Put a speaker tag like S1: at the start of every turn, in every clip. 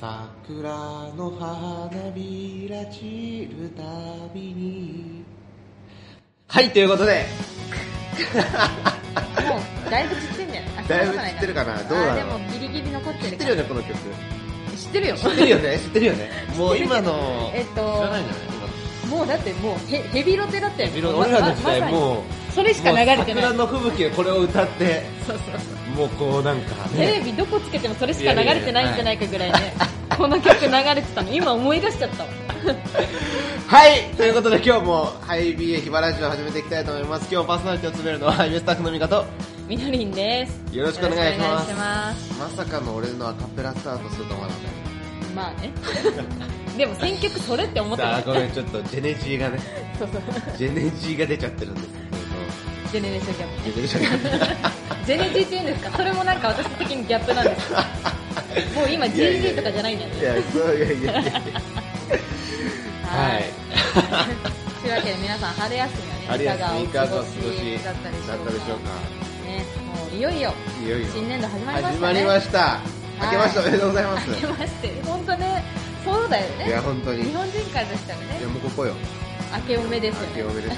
S1: 桜の花びら散るたびにはいということで
S2: もうだいぶ散ってんじゃない
S1: だいぶ散ってるかなどうなの
S2: あでもギリギリ残って
S1: 知っ
S2: る
S1: て
S2: か
S1: る
S2: ら
S1: よねこの曲知
S2: 知ってるよ
S1: ってるよね知ってるよ ねもう今の
S2: えっと
S1: 知らないんじゃない
S2: もうだってもうヘヘビロテだったよ
S1: 今の俺らの時代
S2: ままさに
S1: もう
S2: それしか流れてない
S1: もう桜の吹雪でこれを歌って
S2: そうそうそう
S1: もうこうなんか
S2: テレ
S1: ね
S2: ビどこつけてもそれしか流れてないんじゃないかぐらいねこの曲流れてたの今思い出しちゃったわ
S1: はいということで今日もハイビエヒバラジオを始めていきたいと思います今日パーソナリティを詰めるのはハイビエスタッフの味方
S2: みのりんです
S1: よろしくお願いし
S2: よろ
S1: ま
S2: し
S1: す
S2: くお願いし
S1: まさかの俺のアカペラスタートすると思わなかっ
S2: ますまあね でも選曲それって思ったて
S1: さ
S2: な
S1: あご
S2: い
S1: めんちょっとジェネジーがね
S2: そうそう
S1: ジェネジーが出ちゃってるんですけ
S2: ジェネレーションギャ
S1: ど
S2: ッ
S1: ジェネジーが
S2: プジェネ GT っていうんですかそれもなんか私的にギャップなん ですよもう今 GT とかじゃないんだよ
S1: い
S2: ね
S1: やそういやいやいやはい
S2: というわけで皆さん春休み
S1: あ
S2: はね
S1: り
S2: い
S1: がと
S2: かが
S1: う
S2: お
S1: いか
S2: 過
S1: がお
S2: ご
S1: 過
S2: し
S1: ごし
S2: だ
S1: だ
S2: っ
S1: ったた
S2: で
S1: で
S2: し
S1: し
S2: ょうか
S1: ょうか
S2: ねもういよいよ
S1: いよいよ
S2: 新年度始まりまし
S1: 始
S2: た
S1: まり
S2: ね
S1: ました
S2: はい
S1: 明けましておめでとうございます
S2: 明けまして本当ねそうだよね
S1: いや本当に
S2: 日
S1: いや
S2: 本人からしたらね
S1: もうここよ
S2: 明けおめですよ
S1: 明けお
S2: ね
S1: めですよ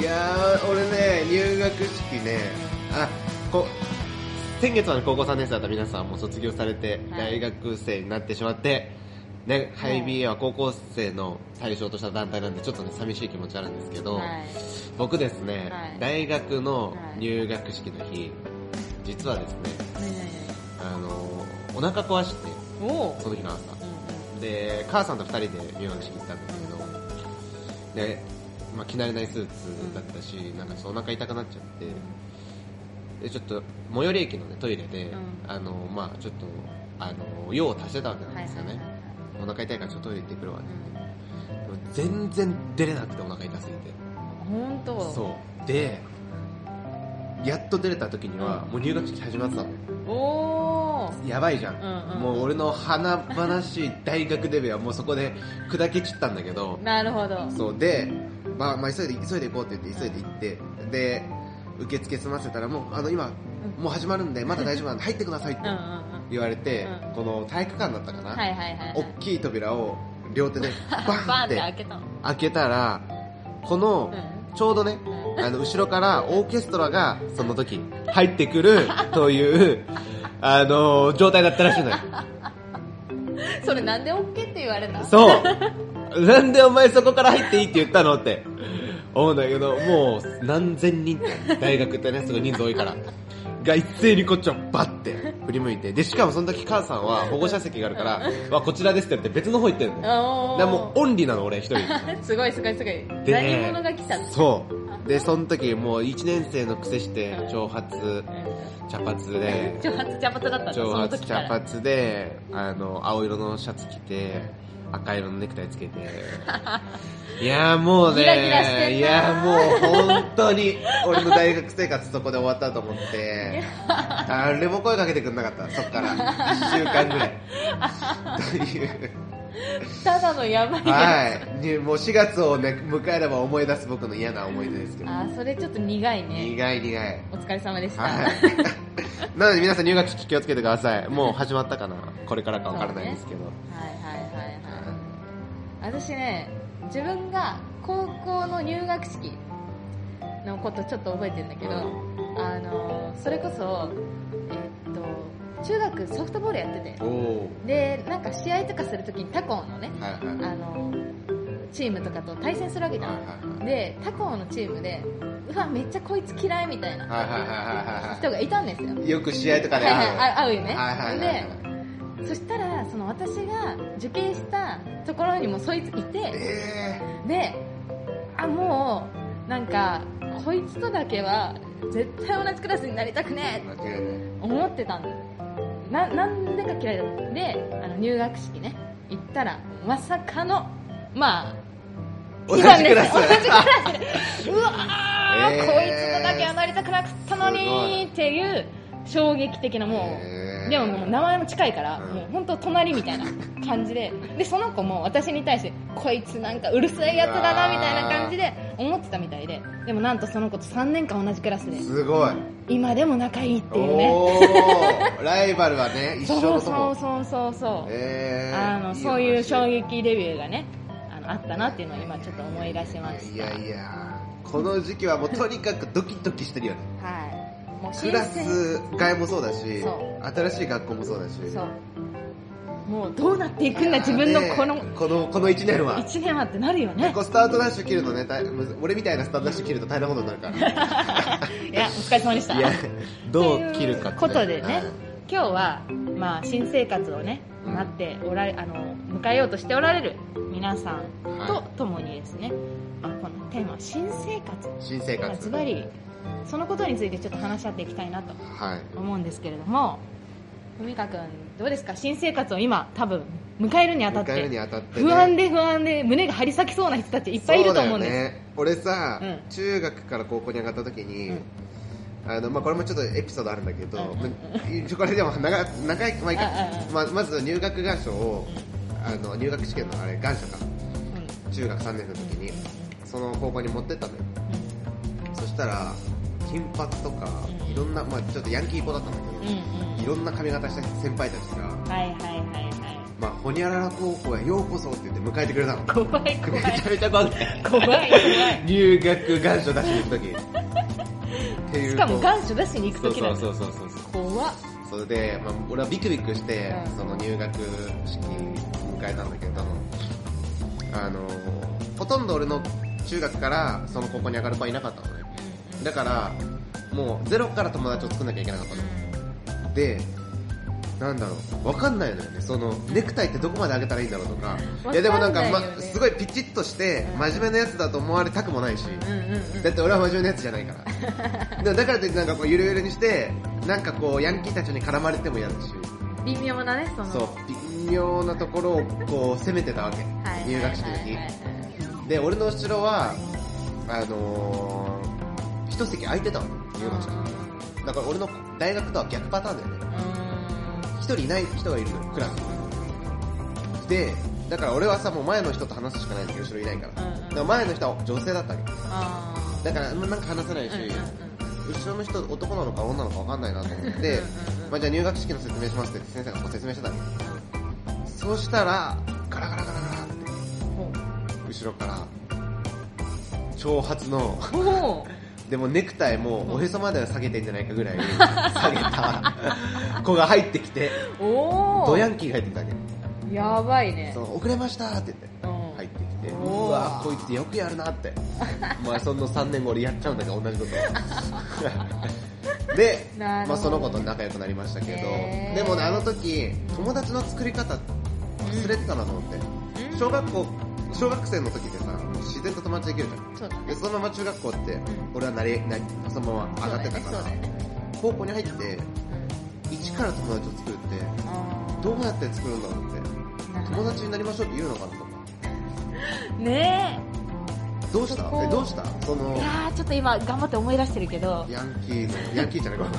S1: いやー俺ね入学式ねあこ先月まで高校3年生だった皆さんはもう卒業されて
S2: は
S1: 大
S2: い
S1: 学生になってしまって、ね、
S2: は
S1: ハ
S2: い
S1: イビーは高校生の対象とした団体なんでちょっとね寂しい気持ちあるんですけど、
S2: はい
S1: 僕ですね、
S2: はい
S1: 大学の入学式の日、実はですね
S2: 何々
S1: あのお腹壊して
S2: 何々おー
S1: その日の朝
S2: うんう
S1: で母さんと2人で入学式行ったんですけどで、まあ、着慣れないスーツだったしなんかちょっとお腹痛くなっちゃってでちょっと最寄り駅の、ね、トイレで、
S2: うん
S1: あのまあ、ちょっとあの用を足してたわけなん
S2: んはい
S1: です
S2: はい
S1: よ
S2: はい
S1: ね、
S2: はい
S1: お腹痛いからちょっとトイレ行ってくるわね
S2: う
S1: でも全然出れなくてお腹痛すぎて
S2: ん本当
S1: そうでやっと出れた時にはもう入学式始まってたのよ
S2: おー
S1: やばいじゃん、
S2: うんうん
S1: もう俺の華々しい大学デビューはもうそこで砕け散ったんだけど
S2: なるほど
S1: そうで、まあまあ、急いで急いで行こうって言って急いで行ってで受付済ませたらもうあの今もう始まるんでまだ大丈夫 なんで入ってくださいって
S2: うんうんうん
S1: 言われて、
S2: うん
S1: この体育館だったかな、
S2: はいはいはい
S1: 大きい扉を両 手でバー
S2: バン
S1: ンっ
S2: って開
S1: て
S2: けたの
S1: 開けたらこの、
S2: うん
S1: ちょうどね
S2: う
S1: あの後ろからオーケストラがその時入ってくるというあの状態だったらしいのよ
S2: それなんで OK って言われたの
S1: そう。なんでお前そこから入っていいって言ったのって思うんだけど、もう何千人って、大学ってね、すごい人数多いから。が一斉にこっちをバッて振り向いて、で、しかもその時母さんは保護者席があるから、わ、こちらですって言って別の方行ってんのよ。
S2: おー
S1: だからもうオンリーなの俺一人。
S2: すごいすごいすごい
S1: で
S2: 何者が来たの
S1: そう。で、その時もう一年生の癖して、長髪、茶髪で、
S2: 長髪茶髪だったん
S1: 長
S2: だその
S1: 髪
S2: 時から
S1: 茶髪であの青色のシャツ着て赤色のネクタイつ けていやーもうね
S2: ギラギラしてんない
S1: やーもう本当に俺の大学生活そこで終わったと思って誰も声かけてくんなかったそっから1週間ぐらいという
S2: ただのやばいやつ
S1: はい にもう4月を、ね、迎えれば思い出す僕の嫌な思い出ですけど
S2: あーそれちょっと苦いね
S1: 苦い苦い
S2: お疲れ様でした、
S1: はい。なので皆さん入学式気をつけてください。もう始まったかなこれからかわからないですけど。
S2: はいはいはいはい私ね私分が高校の入学式のことちょっと覚えてるんだけど、あのそれこそえっと中学ソフトボールやってて
S1: おお
S2: でなんか試合とかするときに他校のね
S1: ー。はいはいはい。
S2: あのチームとかと対戦するわけじゃん、
S1: はい
S2: で他校のチームでうわめっちゃこいつ嫌いみたいな
S1: はいはいはいはいは
S2: 人がいたんですよ、
S1: い。よく試合とか
S2: はい
S1: で
S2: はい
S1: 会う。
S2: あ合うよ
S1: は
S2: ね、
S1: いはいはいはい。
S2: でそしたらその私が受験したところにもそいついて
S1: え
S2: であもうなんかこいつとだけは絶対同じクラスになりたくね
S1: ー。
S2: え
S1: 間違いない。
S2: 思ってたんななんでか嫌いだったであの入学式ね行ったらまさかのまあ
S1: 同じクラス。
S2: 同じクラスでうわー、
S1: えー
S2: こいつとだけはなりたくなかったの
S1: すごい
S2: にっていう衝撃的なもう、
S1: えー
S2: でももう名前も近いから、
S1: うん
S2: もう本当隣みたいな感じで、で、その子も私に対して、こいつなんかうるさいやつだなみたいな感じで思ってたみたいで、でもなんとその子と3年間同じクラスで、
S1: すごい。
S2: 今でも仲いいっていうね。
S1: おー、ライバルはね、一
S2: そ
S1: 緒
S2: う
S1: のと
S2: そう
S1: こ。
S2: そうそうそう。
S1: えー
S2: あの、そういう衝
S1: い
S2: 撃デビューがね、あの、あったなっていうのを今ちょっと思い出しま
S1: 話
S2: し
S1: い
S2: た。
S1: やいや、この時期はもうとにかくドキドキしてるよね。
S2: はい。もう
S1: ク
S2: 新
S1: ラ
S2: 鮮。
S1: ス替えもそうだし
S2: そ、
S1: 新しい学校もそうだし。
S2: そう。もうどうなっていくんだ自分のこの
S1: ねこの、この1年は。
S2: 1年はってなるよね
S1: こ。うスタートダッシュ切るのね、大むず俺みたいなスタートダッシュ切ると大変なことになる から。
S2: いや、お疲れ様でした。
S1: いや、どう切るかって
S2: ということでね今日は、まあ、新生活をね、
S1: うん
S2: 待っておられ、あの、迎えようとしておられる皆さんと
S1: は
S2: 共にですね、まあ、このテーマは新生活。
S1: 新生
S2: まあ
S1: 活。
S2: ズバリ、そのことについてちょっと話し合っていきたいなと
S1: はい。
S2: 思うんですけれども、ふみかくん、どうですか新生活を今、多分、迎えるにあたっ
S1: 迎える
S2: て、
S1: にあたってね、
S2: 不安で不安で胸が張り裂きそうな人たちいっぱいいると思うんです。
S1: そうだよね、俺さ、
S2: うん
S1: 中学から高校に上がった時に、
S2: うん
S1: あのまあ、これもちょっとエピソードあるんだけど、
S2: うんうん
S1: まあこれでも長長い、まあいいか
S2: うんうん
S1: まあ、まず入学願書をあの入学試験のあれ願書か中学3年の時にその高校に持ってったのよそしたら金髪とか
S2: うん
S1: いろんな、まあ、ちょっとヤンキー子だったんだ
S2: うん
S1: け
S2: うん
S1: ど、
S2: うん
S1: いろんな髪型した先輩たちが
S2: うんはいはいはいはい。
S1: 「まあ、ほにゃらら高校へようこそ」って言って迎えてくれたの
S2: 怖い怖
S1: め
S2: い
S1: ちゃめちゃ怖くて
S2: 怖い怖 い
S1: 入学願書出しに行く時っていう
S2: しかも
S1: こう
S2: 願書出しに行く
S1: そう
S2: 時
S1: そ
S2: だ
S1: うそうそうそう
S2: 怖っ
S1: それで、まあ、俺はビクビクして、
S2: うん
S1: その入学式迎えたんだけどあのほとんど俺の中学からその高校に上がる子はいなかったのねだからもうゼロから友達を作んなきゃいけなかったのでなんだろうわかんないのよねそのネクタイってどこまで上げたらいいんだろうとか
S2: わかんないよね
S1: いやでもなんか、ますごいピチッとして
S2: うん
S1: 真面目なやつだと思われたくもないし、
S2: うんうんうん
S1: だって俺は真面目なやつじゃない から。でもだからといってなんかこうゆるゆるにして、なんかこうヤンキーたちに絡まれても嫌だし、
S2: 微妙なねその
S1: そう、微妙なところをこう攻めてたわけ。
S2: はい
S1: 入学式の
S2: はいはいはい
S1: 日。で、俺の後ろは、あのー、一席空いてたの、入学式。だから俺の大学とは逆パターンだよね。一人いない人がいるのよ、クラスに。で、だから俺はさ、もう前の人と話すしかないんだけど、後ろいないから。だから前の人は女性だったわけ。だから、なんか話せないし、後ろの人男なのか女なのか分かんないなと思ってまあじゃあ入学式の説明しますって言って先生がこう説明してたのそうしたらガラガラガラガラって後ろから長髪の
S2: おお
S1: でもネクタイもおへそまでは下げてんじゃないかぐらい下げた子が入ってきて
S2: おお
S1: ドヤンキーが入ってきたわけ
S2: やばいね
S1: そう遅れましたって言って
S2: うん
S1: 入ってきて
S2: おー
S1: うわこいつよくやるなって お前その3年後俺やっちゃうんだから同じこと で、
S2: なるほどね
S1: まあ、その子と仲良くなりましたけど、
S2: へー
S1: でもねあの時友達の作り方忘れてたなと思って、
S2: うん
S1: 小学校小学生の時ってさもう自然と友達できるじゃ
S2: そうだ
S1: ん
S2: ね
S1: でそのまま中学校って
S2: ん
S1: 俺はなりなりそのまま上がってたか
S2: そ
S1: ら、
S2: うだよね
S1: 高校に入って一から友達を作るってどうやって作るんだろうって友達になりましょうって言うのかなとか
S2: ね
S1: どうした
S2: こう
S1: えどうしたそ
S2: え
S1: の
S2: いやーちょっと今頑張って思い出してるけど
S1: ヤンキーのヤンキーじゃないごめん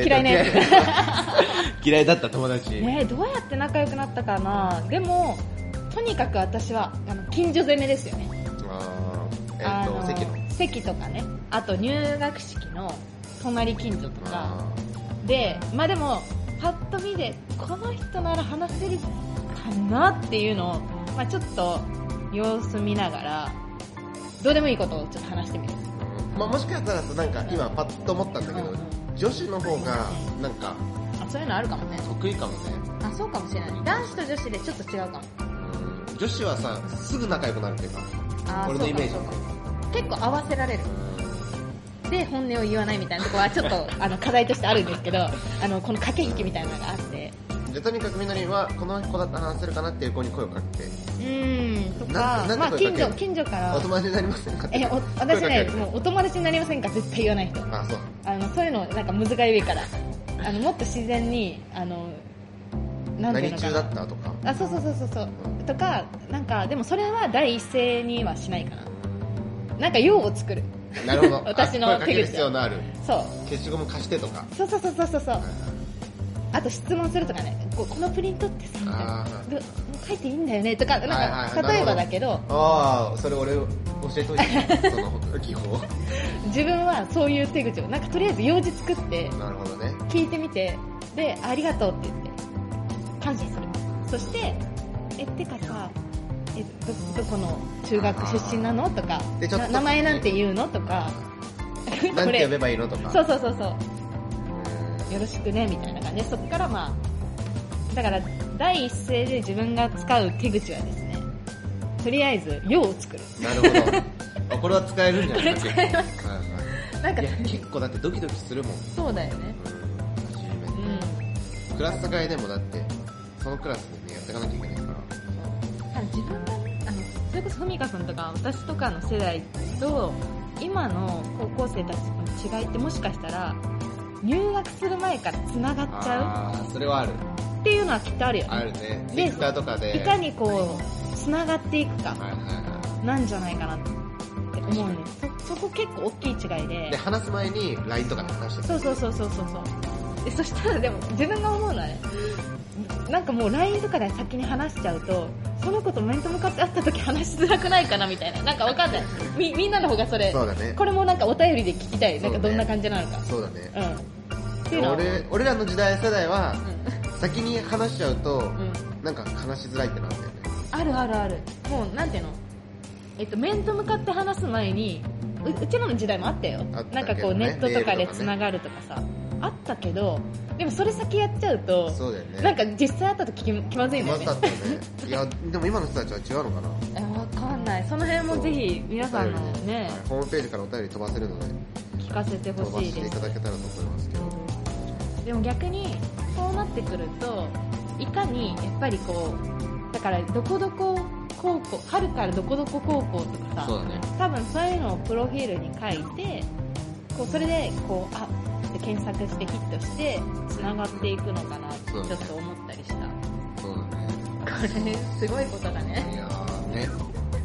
S2: え嫌いなやつ
S1: つ 嫌いだった友達
S2: ねえどうやって仲良くなったかなでもとにかく私はあの近所攻めですよね
S1: あーえ
S2: あ
S1: っと
S2: の
S1: 席の
S2: 席とかねあと入学式の隣近所とか
S1: あ
S2: でまあでもパッと見でこの人なら話せるかなっていうのを、まあ、ちょっと様子見ながらどうでもいいことをちょっと話してみる
S1: ーうんまあもしかしたらさなんか今パッと思ったんだけど
S2: うん
S1: 女子の方がなんか
S2: あそういうのあるかもね
S1: 得意かもね
S2: あそうかもしれない男子と女子でちょっと違うかも
S1: うん女子はさすぐ仲良くなるっていうか
S2: あ
S1: 俺のイメージ
S2: そうかもそうかも結構合わせられるで本音を言わないみたいなところはちょ っとあの課題としてあるんですけどあのこの駆け引きみたいなのがあって
S1: じゃあとにかくみのりはこの子だったら話せるかなっていう子に声をかけて
S2: うーんと
S1: な
S2: か
S1: んて
S2: まあ
S1: 声かける
S2: 近所近所から
S1: お友達になりませんかって
S2: えお
S1: 声
S2: 私
S1: かけ
S2: ね
S1: る
S2: もうお友達になりませんか絶対言わない人
S1: あそう
S2: あのそういうのなんか難しいからあのもっと自然にあのなんてい
S1: 何
S2: うの
S1: 中
S2: か
S1: だ
S2: な
S1: ったとか
S2: あそうそうそうそうそうとかなんかでもそれは第一声にはしないかななんか用を作る
S1: なるほど
S2: 私の
S1: あ声かけ
S2: 手
S1: る
S2: 口
S1: 必要のある
S2: そう
S1: 消しゴム貸してとか
S2: そうそうそうそうそうそうあと質問するとかねこうこのプリントってさみたいな
S1: あー
S2: どもう書いていいんだよねとか
S1: はい
S2: な
S1: は
S2: ん
S1: い
S2: か、
S1: なるほど
S2: 例えばだけど
S1: ああ、それ俺教えといて、その技法。
S2: 自分はそういう手口をなんかとりあえず用事作って
S1: なるほどね。
S2: 聞いてみてでありがとうって言って感謝するそしてえてかさえどどこの中学出身なのとか
S1: でちょっと
S2: な名前なんて言うの とか
S1: なんて呼べばいいのとか。
S2: そうそうそうそう
S1: うん
S2: よろしくねみたいな感じでそこからまあだから第一声で自分が使う手口はですねとりあえず用を作る
S1: なるほど。あこれは使えるんじゃない
S2: これ使えます
S1: はいはい
S2: なんか
S1: いや、結構だってドキドキするもん。うん
S2: そうだよね
S1: 初め
S2: う
S1: て
S2: ん
S1: クラス替えでもだって、そのクラスでね、やっていかなきゃいけないから。
S2: ただ自分がねあのそれこそふみかさんとか私とかの世代と今の高校生たちの違いってもしかしたら入学する前からつながっちゃ
S1: ああ、それはある。
S2: うっていうのはきっとあるよ
S1: あ
S2: ね
S1: るね。
S2: で
S1: ツイッターとかで。
S2: いかにこうつながっていくか
S1: はいはいは
S2: なんじゃないかなって思うねそそこ結構大きい違い
S1: い。で、
S2: で
S1: 話す前に LINE とかで話して
S2: そうそうそうそうそうそうでそしたらでも自分が思うのはねなんかもう LINE とかで先に話しちゃうとその子と面と向かって会った時話しづらくないかなみたいななんかわかんないみみんなの方がそれ
S1: そうだね。
S2: これもなんかお便りで聞きたい、
S1: そ
S2: な
S1: うんね
S2: かどんな感じなのか
S1: そうだね。
S2: うんっていうのはうん
S1: 俺、俺らの時代世代は、先に話しちゃうと、
S2: うん
S1: なんか話しづらいってなったよね。
S2: あるあるあるもうなんていうのえっと面と向かって話す前にううちらの時代もあったよ
S1: あったけどね
S2: なんかこうネッ
S1: メール
S2: トとかで
S1: とかね
S2: つながるとかさあったけどでもそれ先やっちゃうと
S1: そうだよね。
S2: なんか実際会った時気気まずいんだよ
S1: ま
S2: ね
S1: さったよね。いや、でも今の人たちは違うのかな
S2: えわかんないその辺もぜひ皆さんの
S1: お便りでは
S2: ね
S1: いホームページからお便り飛ばせるので、
S2: 聞かせてほ
S1: 飛ば
S2: しい
S1: して
S2: で
S1: いた
S2: す
S1: だけたらと思いますけど。
S2: でも逆にそうなってくるといかにやっぱりこうだからどこどこ高校春からどこどこ高校とかさ
S1: だね。
S2: 多分そういうのをプロフィールに書いてこうそれでこうあって検索してヒットしてつながっていくのかなってち
S1: そ
S2: ょ
S1: うね
S2: っと思ったりしたこ
S1: そうだね。
S2: れすごいことだね
S1: いやーね。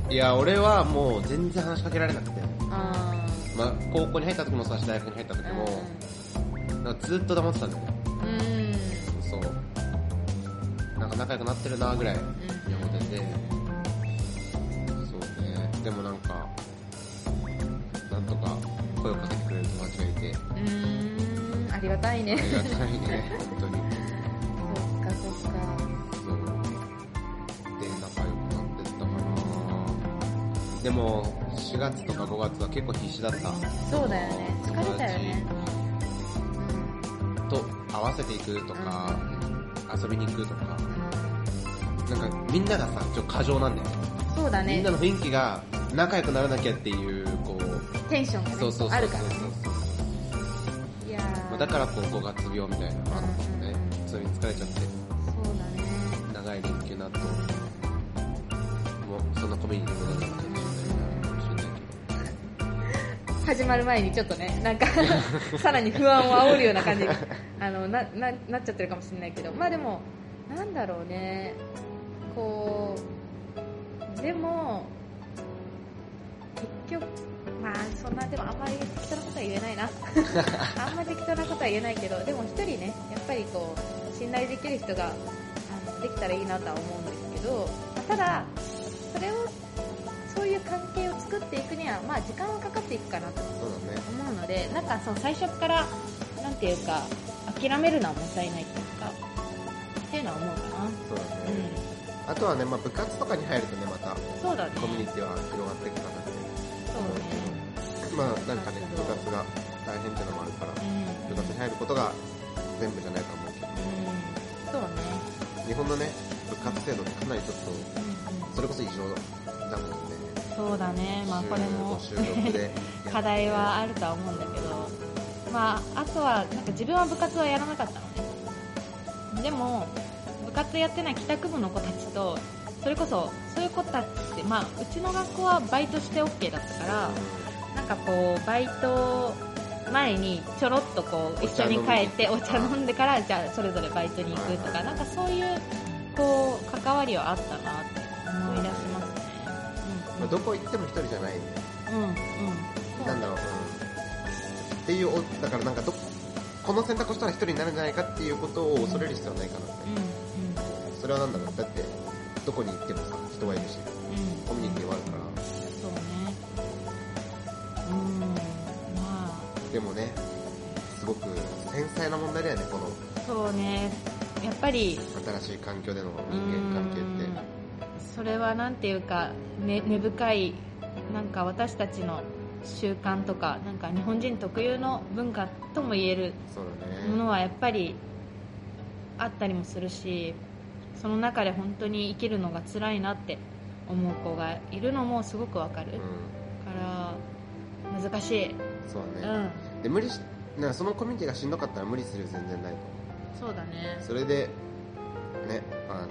S1: いや、俺はもう全然話しかけられなくて。
S2: あ
S1: まあ、高校に入った時もそうだし、大学に入った時
S2: ー
S1: も、なんかずっと黙ってたんだよね。
S2: うんうん
S1: そう。なんか仲良くなってるなぐらい、思ってて。そうね。でもなんか、なんとか声をかけてくれる友達がいて、
S2: うーんありがたい
S1: あ
S2: ね。
S1: りがた いね、本当に。
S2: そっかそっか。
S1: そう。で、仲良くなってったかなでも、4月とか5月は結構必死だった。
S2: そうだよね。疲れたよね。
S1: と、合わせていくとか、遊びに行くとか。なんか、みんながさ、ちょっと過剰なんだよね。
S2: そうだ
S1: みん
S2: ね
S1: な。の雰囲気が仲良くならなきゃっていう、こう、
S2: テンションがね
S1: そうそうそう。
S2: あるからね。
S1: そうそうそう
S2: いやー
S1: まあだからこう、5月病みたいなのがあったもんね。それに疲れちゃって、
S2: そうだね。
S1: 長い連休の後、もう、そんなコミュニティに戻らなかったりしないけど。
S2: 始まる前にちょっとね、なんか、さらに不安を煽るような感じにあのなななっちゃってるかもしれないけど、まあでも、なんだろうね、こう、でも、結局、まあそんな、でもあんまり適当なことは言えないな。あんまり適当なことは言えないけど、でも一人ね、やっぱりこう、信頼できる人があのできたらいいなとは思うんですけど、まあただ、それを、そういう関係を作っていくには、まあ時間はかかっていくかなと
S1: そうだね。
S2: 思うので、なんかその最初から、なんていうか、諦めるのはもったいないっていうか、っていうのは思うかな。
S1: そうだね。
S2: う
S1: あとはね、まあ、部活とかに入るとね、また
S2: ん。そうだね。
S1: コミュニティは広がっていくかなって
S2: そう
S1: 思う
S2: ね。
S1: けど、まあ、なんかね、部活が大変っていうのもあるから、
S2: うん。
S1: 部活に入ることが全部じゃないと思うけ
S2: うん。そう
S1: ど、
S2: ね。
S1: 日本のね、部活制度ってかなりちょっと、
S2: うんうん
S1: それこそ異常だもんね。
S2: そうだね。まあこれも。
S1: 週5週6でやって
S2: 課題はあるとは思うんだけど、まあ、あとはなんか自分は部活はやらなかったのねでも部活やってない帰宅部の子たちとそれこそそういう子たちって、まあ、うちの学校はバイトして OK だったからなんかこうバイト前にちょろっとこう
S1: お
S2: 一緒
S1: 茶
S2: に
S1: 飲みに
S2: 帰ってお茶飲んでからじゃあそれぞれバイトに行くと
S1: は
S2: か
S1: い
S2: なんかそういうこう関わりはあったなって思い出しますね。
S1: まあ、どこ行っても一人じゃないね。
S2: うんうんうん
S1: なんだろう、うんっていうお、だからなんかど、この選択をしたら一人になるんじゃないかっていうことを恐れる必要はないかなって
S2: うんうん
S1: それはなんだろうだってどこに行ってもさ人はいるし
S2: うん
S1: コミュニティはあるから
S2: そうねうんま
S1: でもねすごく繊細な問題だよねこの
S2: あそうねやっぱり
S1: 新しい環境での
S2: う
S1: 人
S2: ん
S1: 間関係って
S2: それはなんていうか、ね、根深いなんか私たちの習慣とかなんか日本人特有の文化とも言える
S1: そうだ
S2: も
S1: ね
S2: のはやっぱりあったりもするしその中で本当に生きるのが辛いなって思う子がいるのもすごくわかる
S1: う
S2: から難しい
S1: んそう
S2: う
S1: だね
S2: ん
S1: で無理しなそのコミュニティがしんどかったら無理する全然ないと
S2: そうだね
S1: それでねあ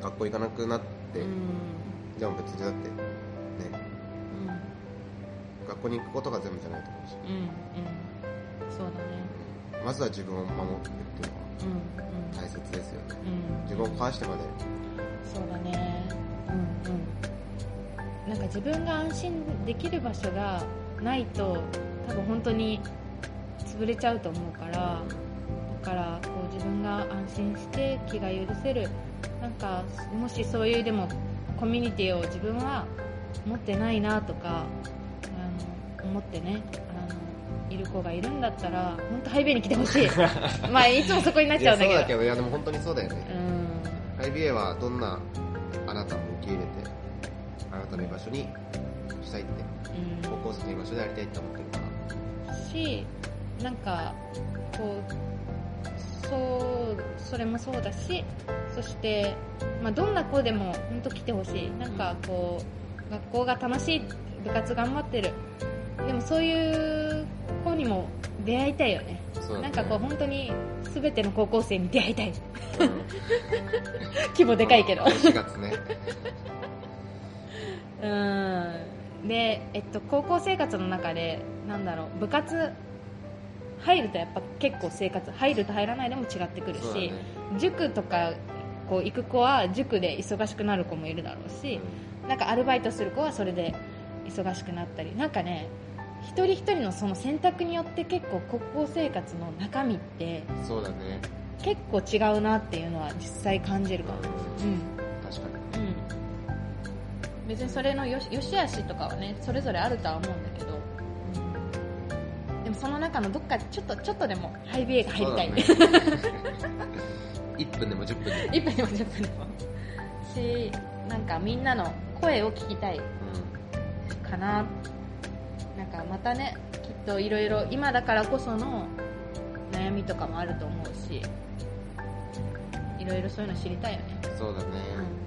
S1: の学校行かなくなって、
S2: うん
S1: じゃあ別にだってね
S2: うん
S1: 学校に行くことが全部じゃないと思うし
S2: うんうんそうだね
S1: まずは自分を守ってっていうのは
S2: うん
S1: 大切ですよね
S2: うんうん
S1: 自分を壊してまで
S2: そうだねうんうんなんか自分が安心できる場所がないと多分本当に潰れちゃうと思うからだからこう自分が安心して気が許せるなんかもしそういうでもコミュニティを自分は持ってないなとかあの思ってねあのいる子がいるんだったら本当ハイベに来てほしいまあいつもそこになっ
S1: い
S2: ちゃう
S1: やそう
S2: んだけど
S1: だけどいやでも本当にそうだよね、
S2: うん
S1: IBA はどんなあなたを受け入れてあなたの居場所にしたいって
S2: うん
S1: 高校生の居場所でありたいって思ってるから
S2: しなんかこうそうそれもそうだしそして、まあ、どんな子でも本当来てほしいなんかこう学校が楽しい部活頑張ってるでもそういう子にも出会いたいよね
S1: そうだね
S2: なんかこう本当に全ての高校生に出会いたい
S1: うん
S2: 規模でかいけど
S1: 4月ね
S2: うんで、えっと、高校生活の中でなんだろう部活入るとやっぱ結構生活入ると入らないでも違ってくる
S1: そう
S2: し、
S1: だね
S2: 塾とかこう行く子は塾で忙しくなる子もいるだろうし、なんかアルバイトする子はそれで忙しくなったりなんかね一人一人のその選択によって結構高校生活の中身って
S1: うんそうだね
S2: 結構違うなっていうのは実際感じるかも、うん
S1: 確かに
S2: うん、別にそれのよしよし悪しとかはねそれぞれあるとは思うんだけど、でもその中のどっかちょっとちょっとでもハイビエが入りたい、
S1: そうだね1分でも10分でも、
S2: 1分でも10分でもしなんかみんなの声を聞きたいかななんかまたねきっといろいろ今だからこその悩みとかもあると思うしいろいろそういうの知りたいよね、
S1: うん、そうだね、
S2: うんうんうん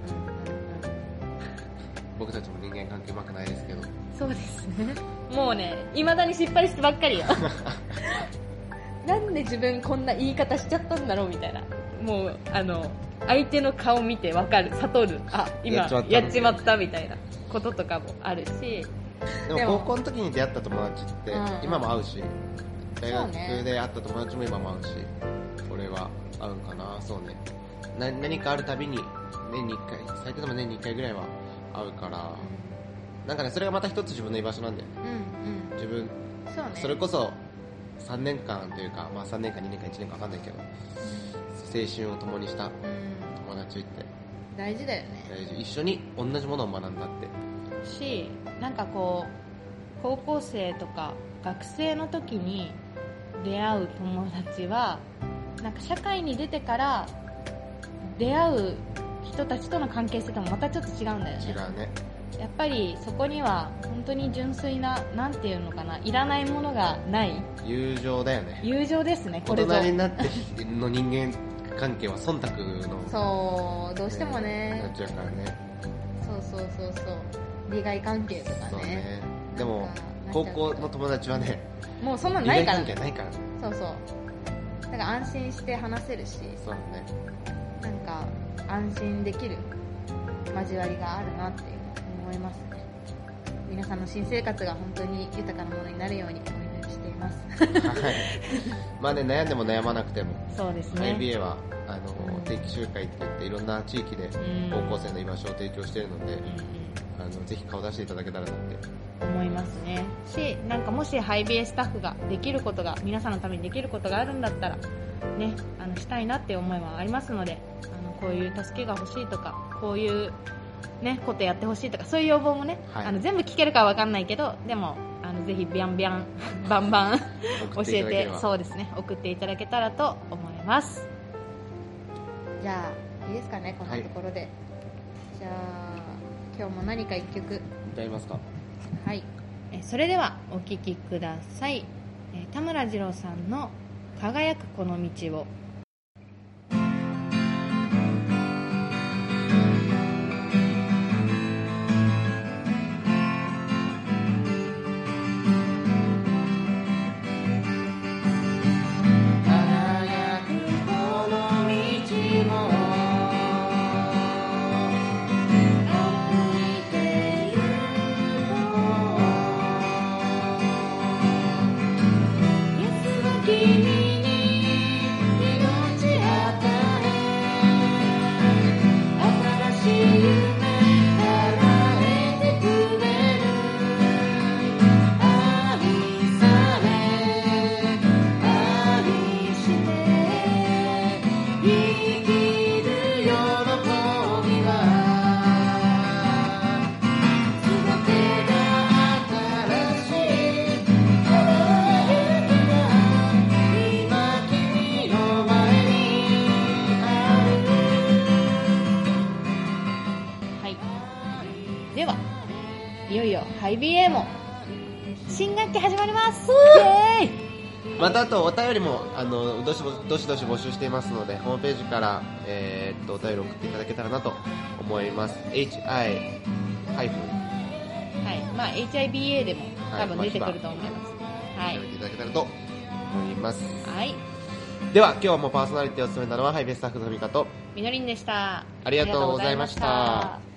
S1: 僕たちも人間関係うまくないですけど
S2: そうですね。もうね、未だに失敗してばっか りよ。なんで自分こんな言い方しちゃったんだろうみたいな。もう、あの、相手の顔見てわかる、悟る。あ、今
S1: や
S2: や
S1: っ
S2: っ
S1: ちまった
S2: ちまったみたいなこととかもあるし。
S1: で
S2: で
S1: も
S2: も
S1: 高校の時に出会った友達って
S2: うんうん
S1: 今も会うし大
S2: そう
S1: 学
S2: ね
S1: で会った友達も今も会うし俺は会うかなそうねな何かあるたびに年に1回最低でも年に1回ぐらいは会うからなんかねそれがまた一つ自分の居場所なんだよね
S2: うんうん。
S1: 自分
S2: そうね。
S1: それこそ3年間というかまあ3年間2年間1年間わかんないけど青春を共にした
S2: うん。
S1: 友達って
S2: 大事だよね。
S1: 大事一緒に同じものを学んだって
S2: しなんかこう高校生とか学生の時に出会う友達はなんか社会に出てから出会う人たちとの関係性ともまたちょっと違うんだよ
S1: 違
S2: ね
S1: うね
S2: やっぱりそこには本当に純粋ななんていうのかないらないものがない
S1: 友情だよね
S2: 友情ですねこ
S1: 大
S2: れぞ
S1: 人になっての人間関係は忖度の
S2: そうどうしても
S1: な
S2: ね
S1: っちゃうからね
S2: そうそうそうそう利害関係とか
S1: そう
S2: ね
S1: ねでも
S2: なんかなっち
S1: 高
S2: ゃうけど
S1: 校の友達はね
S2: もうそんなの
S1: 利
S2: な
S1: 害
S2: いから
S1: 関
S2: ね
S1: 係ないからね
S2: そうそうなんか安心して話せるし
S1: そうだね
S2: なんか安心できる交わりがあるなって思いますね皆さんの新生活が本当に豊かなものになるようにお祈りしています
S1: はいまあね悩んでも悩まなくても
S2: そうです
S1: IBA はあ
S2: う
S1: の
S2: ん
S1: 定期集会って言っていろんな地域で
S2: うん
S1: 高校生の居場所を提供しているので
S2: うんうん
S1: あのぜひ顔出していただけたらなって
S2: 思いますねしなんかもしハイビエスタッフができることが皆さんのためにできることがあるんだったらねあのしたいなっていう思いはありますのであのこういう助けが欲しいとかこういうねことやってほしいとかそういう要望もね、
S1: はい
S2: あの全部聞けるかは分かんないけどでもあのぜひビャンビャン バンバン教
S1: 送っていただ
S2: え
S1: け
S2: て
S1: れば
S2: そうですね送っていただけたらと思いますじゃあいいですかねこんなところで、じゃあ今日も何か一曲
S1: 歌いますか
S2: はい、えーそれではお聴きください、えー田村二郎さんの「輝くこの道を」
S1: 輝くこの道も歩いている
S2: 「イエスは君に命あた
S1: 新しい夢叶えてくれる愛され愛して生きる喜びは全てが新しい輝きが今君の前にある
S2: はいではいよいよハイビエも新学期始まりますイエーイ
S1: またあとお便りもあのどしぼどしどし募集していますのでホームページから、えーっとお便り送っていただけたらなと思います HI ハイフン
S2: はいまあ HIBA でも
S1: はい
S2: 多分出てくると思いますは
S1: や
S2: い
S1: めていただけたらと思います
S2: はい
S1: では今日もパーソナリティを務めたのはハイベースタッフのみかと
S2: みのりんでした
S1: ありがとうございました
S2: ありがとうございました